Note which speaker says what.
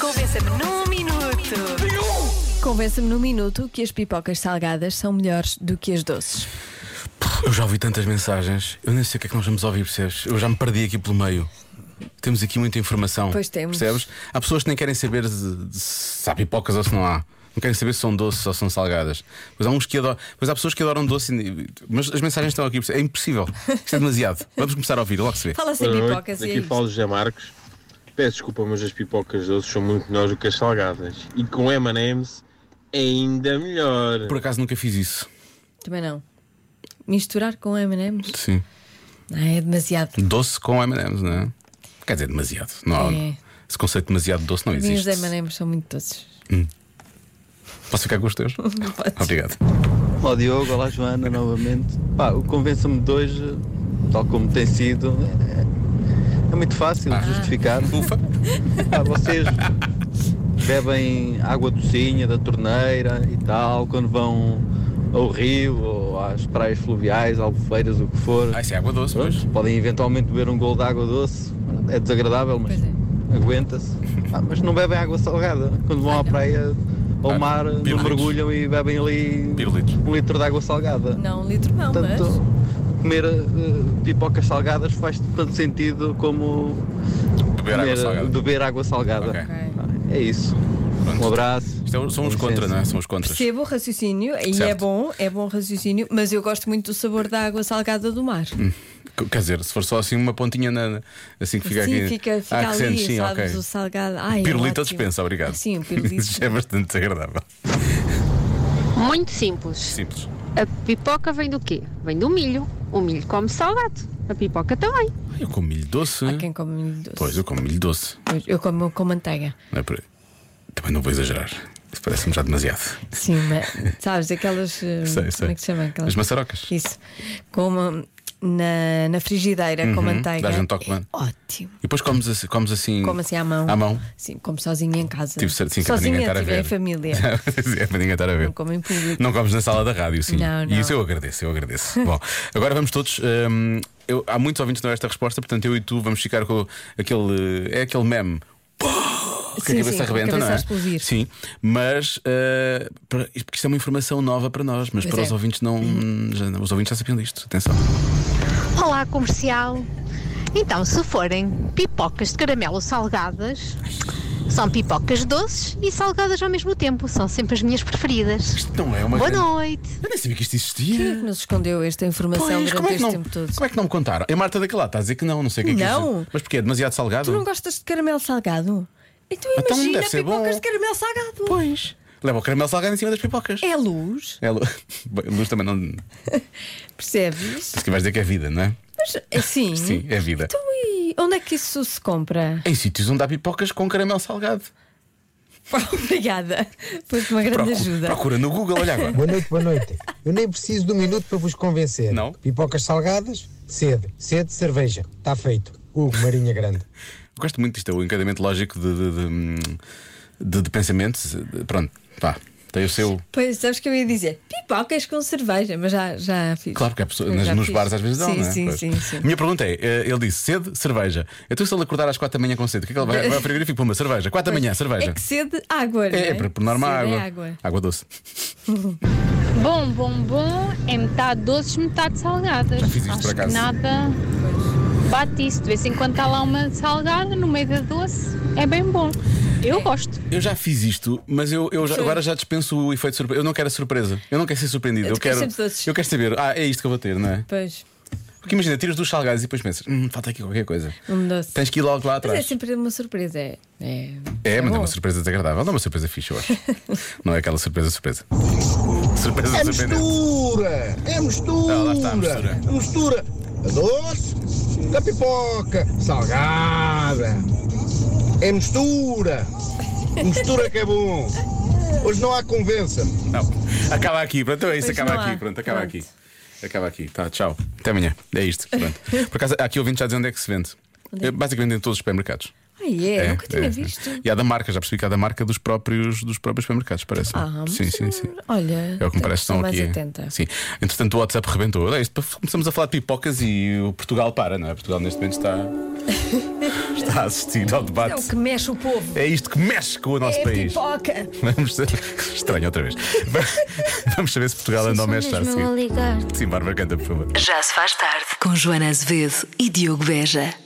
Speaker 1: Convença-me num minuto.
Speaker 2: Convença-me num minuto que as pipocas salgadas são melhores do que as doces.
Speaker 3: Eu já ouvi tantas mensagens, eu nem sei o que é que nós vamos ouvir, percebes? Eu já me perdi aqui pelo meio. Temos aqui muita informação.
Speaker 2: Pois temos.
Speaker 3: Percebes? Há pessoas que nem querem saber de- de se há pipocas ou se não há. Não querem saber se são doces ou se são salgadas. Pois há, uns que adoram, pois há pessoas que adoram doce, e- mas as mensagens estão aqui. percebes? É impossível. Isto é demasiado. Vamos começar a ouvir, logo se vê.
Speaker 2: Fala sem
Speaker 4: Boa noite,
Speaker 2: pipocas e é
Speaker 4: aqui
Speaker 2: isto.
Speaker 4: Paulo José Marcos. Peço desculpa, mas as pipocas doces são muito melhores do que as salgadas. E com M&M's ainda melhor.
Speaker 3: Por acaso nunca fiz isso.
Speaker 2: Também não. Misturar com M&M's?
Speaker 3: Sim.
Speaker 2: Não, é demasiado.
Speaker 3: Doce com M&M's, não é? Quer dizer, demasiado. Não, há-
Speaker 2: É.
Speaker 3: Esse conceito de demasiado doce não
Speaker 2: Os vinhos
Speaker 3: existe.
Speaker 2: de M&M's são muito doces.
Speaker 3: Posso ficar com os teus?
Speaker 2: Não pode.
Speaker 3: Obrigado.
Speaker 5: Olá Diogo, olá Joana novamente. Pá, o Convença-me de hoje, tal como tem sido, é, é muito fácil de justificar.
Speaker 3: Ufa.
Speaker 5: Pá, vocês bebem água docinha da torneira e tal, quando vão ao rio ou às praias fluviais, albufeiras, o que for.
Speaker 3: Ah, isso é água doce, pois.
Speaker 5: Podem eventualmente beber um gol de água doce, é desagradável, mas
Speaker 2: Pois é.
Speaker 5: aguenta-se. Ah, mas não bebem água salgada. Quando vão à praia
Speaker 3: Ah,
Speaker 5: ao mar,
Speaker 3: pirulito.
Speaker 5: não mergulham e bebem ali
Speaker 3: Pirulito.
Speaker 5: um litro de água salgada.
Speaker 2: Não, um litro não, mas.
Speaker 5: Portanto, comer eh, pipocas salgadas faz tanto sentido como
Speaker 3: Beber água
Speaker 5: comer- eh,
Speaker 3: salgada.
Speaker 5: beber água salgada.
Speaker 3: Ok.
Speaker 5: Ah, É isso.
Speaker 3: Pronto.
Speaker 5: Um abraço.
Speaker 3: Isto é- são os
Speaker 5: Com
Speaker 3: contra,
Speaker 5: licença.
Speaker 3: não é? São os contras.
Speaker 2: Percebo o raciocínio e é
Speaker 3: Certo.
Speaker 2: bom, é bom raciocínio, mas eu gosto muito do sabor da água salgada do mar.
Speaker 3: Hum, C- Quer dizer, se for só assim uma pontinha na, na- assim que fica
Speaker 2: sim,
Speaker 3: aqui.
Speaker 2: fica, fica
Speaker 3: Ah, que
Speaker 2: ali,
Speaker 3: sentes, sim,
Speaker 2: sabes,
Speaker 3: ok.
Speaker 2: o salgado. Ai, é
Speaker 3: pirulito
Speaker 2: ótimo.
Speaker 3: dispensa, obrigado.
Speaker 2: Sim, o pirulito.
Speaker 3: Isso é bastante desagradável.
Speaker 6: Muito simples.
Speaker 3: Simples.
Speaker 6: A pipoca vem do quê? Vem do milho. O milho come salgado. A pipoca também.
Speaker 3: Ah, Eu como milho doce.
Speaker 2: Há quem come milho doce.
Speaker 3: Pois, eu como milho doce.
Speaker 2: Pois, Eu como com manteiga.
Speaker 3: Não é por aí. Também não vou exagerar. Isso parece-me já demasiado.
Speaker 2: Sim, mas, sabes, aquelas. eh,
Speaker 3: Sei, sei.
Speaker 2: Como é que se chama? Aquelas...
Speaker 3: As maçarocas.
Speaker 2: Isso. Com uma- na, na frigideira com manteiga.
Speaker 3: Dás um toque, mano.
Speaker 2: É ótimo.
Speaker 3: E depois comes assim. Comes assim,
Speaker 2: Como assim à mão.
Speaker 3: À mão.
Speaker 2: Sim, como sozinha em casa.
Speaker 3: Tive certo, sim, que é para ninguém
Speaker 2: sozinha,
Speaker 3: estar a
Speaker 2: tipo,
Speaker 3: ver.
Speaker 2: em família.
Speaker 3: é para ninguém estar a ver.
Speaker 2: Não como em público.
Speaker 3: Não comes na sala da rádio, sim.
Speaker 2: Não, não.
Speaker 3: E isso eu agradeço, eu agradeço. Bom, agora vamos todos. hum, eu- há muitos ouvintes que não esta resposta, portanto eu e tu vamos ficar com aquele. É aquele meme. Pô, Que
Speaker 2: Sim,
Speaker 3: a cabeça
Speaker 2: sim, com a
Speaker 3: arrebenta,
Speaker 2: cabeça
Speaker 3: não é?
Speaker 2: a explodir.
Speaker 3: Sim, mas ah, para- isto- porque isto é uma informação nova para nós, mas
Speaker 2: Pois
Speaker 3: para
Speaker 2: é.
Speaker 3: os ouvintes não. já não- os ouvintes já sabiam disto, atenção.
Speaker 7: Olá, comercial. Então, se forem pipocas de caramelo salgadas, são pipocas doces e salgadas ao mesmo tempo. São sempre as minhas preferidas.
Speaker 3: Isto não é uma.
Speaker 7: Boa
Speaker 3: grande-
Speaker 7: noite.
Speaker 3: Eu nem sabia que isto
Speaker 2: Quem é
Speaker 3: existia.
Speaker 2: que nos escondeu esta informação
Speaker 3: Pois,
Speaker 2: durante
Speaker 3: como, é que
Speaker 2: este
Speaker 3: não,
Speaker 2: tempo todo?
Speaker 3: como é que não me contaram? É Marta daquela, está a dizer que não, não sei o que é que
Speaker 2: Não.
Speaker 3: isso- Mas porque é demasiado salgado?
Speaker 2: Tu não gostas de caramelo salgado? Então
Speaker 3: Então não
Speaker 2: imagina
Speaker 3: deve ser
Speaker 2: pipocas
Speaker 3: bom.
Speaker 2: de caramelo salgado. Pois.
Speaker 3: Leva o caramelo salgado em cima das pipocas.
Speaker 2: É luz,
Speaker 3: É, Lu- Bem, luz também não. Se
Speaker 2: percebes?
Speaker 3: que vais dizer que é vida, não é?
Speaker 2: Mas assim.
Speaker 3: Sim, é vida.
Speaker 2: Então e onde é que isso se compra?
Speaker 3: Em sítios onde há pipocas com caramelo salgado.
Speaker 2: Obrigada. Foi-te uma grande
Speaker 3: Procu-
Speaker 2: ajuda.
Speaker 3: Procura no Google, olha agora.
Speaker 8: Boa noite, boa noite. Eu nem preciso de um minuto para vos convencer.
Speaker 3: Não.
Speaker 8: Pipocas salgadas, sede, sede, cerveja. Está feito. Hugo Marinha Grande.
Speaker 3: Eu gosto muito disto, é o encadeamento lógico de, de, de, hum, de- de pensamentos. De- Pronto, pá, tem o seu.
Speaker 2: Pois, sabes que eu ia dizer pipocas com cerveja, mas já, já fiz.
Speaker 3: Claro que há pessoas,
Speaker 2: Eu
Speaker 3: nas-
Speaker 2: já
Speaker 3: nos
Speaker 2: fiz.
Speaker 3: bares às vezes dão,
Speaker 2: sim,
Speaker 3: não é?
Speaker 2: Sim,
Speaker 3: Pois.
Speaker 2: sim, sim.
Speaker 3: Minha pergunta é: eh, ele disse sede, cerveja. Então, se ele acordar às quatro da manhã com sede, o que é que ele vai? Vai ao frigorífico, puma, cerveja. Quatro da manhã, cerveja.
Speaker 2: É que sede água, não
Speaker 3: É,
Speaker 2: é?
Speaker 3: é para por norma
Speaker 2: Sede
Speaker 3: água.
Speaker 2: É água.
Speaker 3: Água doce.
Speaker 9: Bom, bom, bom é metade doces, metade salgadas.
Speaker 3: Já fiz isto,
Speaker 9: Acho
Speaker 3: por acaso.
Speaker 9: Que nada bate isso. De vez em quando está lá uma salgada no meio da doce. É bem bom. Eu gosto.
Speaker 3: Eu já fiz isto, mas eu, eu já- agora já dispenso o efeito surpresa. Eu não quero a surpresa. Eu não quero ser surpreendido. Eu,
Speaker 2: Eu quero
Speaker 3: quero,
Speaker 2: sempre doces.
Speaker 3: eu quero saber. Ah, é isto que eu vou ter, não é?
Speaker 2: Pois,
Speaker 3: Porque imagina, tiras dos salgados e depois pensas, hum, falta aqui qualquer coisa.
Speaker 2: um doce.
Speaker 3: Tens que ir logo lá
Speaker 2: Mas é
Speaker 3: atrás.
Speaker 2: sempre uma surpresa. É, é,
Speaker 3: É, mas é
Speaker 2: bom.
Speaker 3: uma surpresa desagradável. Não é uma surpresa fixe, eu acho. não é aquela surpresa, surpresa. Surpresa surpreendente.
Speaker 10: É mistura! É mistura! É
Speaker 3: Ah, lá está a mistura.
Speaker 10: mistura doce da pipoca salgada. É mistura! mistura que é bom! Hoje não há convença.
Speaker 3: Não. Acaba aqui, pronto, é isso,
Speaker 2: Pois
Speaker 3: acaba
Speaker 2: não
Speaker 3: aqui,
Speaker 2: há.
Speaker 3: pronto, acaba
Speaker 2: Pronto.
Speaker 3: aqui. Acaba aqui, tá, tchau. Até amanhã. É isto. Pronto. Por acaso, há aqui ouvindo já dizer onde é que se vende.
Speaker 2: Onde é?
Speaker 3: Eh, Basicamente em todos os supermercados.
Speaker 2: Ah, é?
Speaker 3: É,
Speaker 2: Nunca tinha
Speaker 3: é, é.
Speaker 2: visto.
Speaker 3: E há da marca, já percebi que há da marca dos próprios, dos próprios supermercados, parece.
Speaker 2: Ah,
Speaker 3: sim,
Speaker 2: mas,
Speaker 3: sim, sim.
Speaker 2: Olha,
Speaker 3: É o que me parece que
Speaker 2: estou
Speaker 3: estão
Speaker 2: mais
Speaker 3: aqui.
Speaker 2: atenta.
Speaker 3: Sim. Entretanto, o WhatsApp rebentou. Olha, isto, Começamos a falar de pipocas e o Portugal para, não é? Portugal neste momento está, está a assistir ao
Speaker 2: É o
Speaker 3: debate.
Speaker 2: que mexe o povo.
Speaker 3: É isto que mexe com o nosso
Speaker 2: é a
Speaker 3: país.
Speaker 2: pipoca.
Speaker 3: Vamos Estranho outra vez. Vamos saber se Portugal anda ao mexe já a seguir. Sim, Bárbara, canta, por favor.
Speaker 1: Já se faz tarde com Joana Azevedo e Diogo Beja.